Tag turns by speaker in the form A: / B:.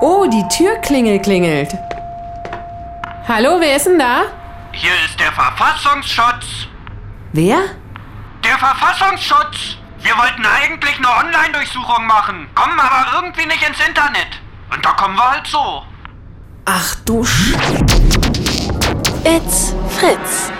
A: Oh, die Türklingel klingelt. Hallo, wer ist denn da?
B: Hier ist der Verfassungsschutz.
A: Wer?
B: Der Verfassungsschutz. Wir wollten eigentlich eine Online-Durchsuchung machen, kommen aber irgendwie nicht ins Internet. Und da kommen wir halt so.
A: Ach du Sch...
C: It's Fritz.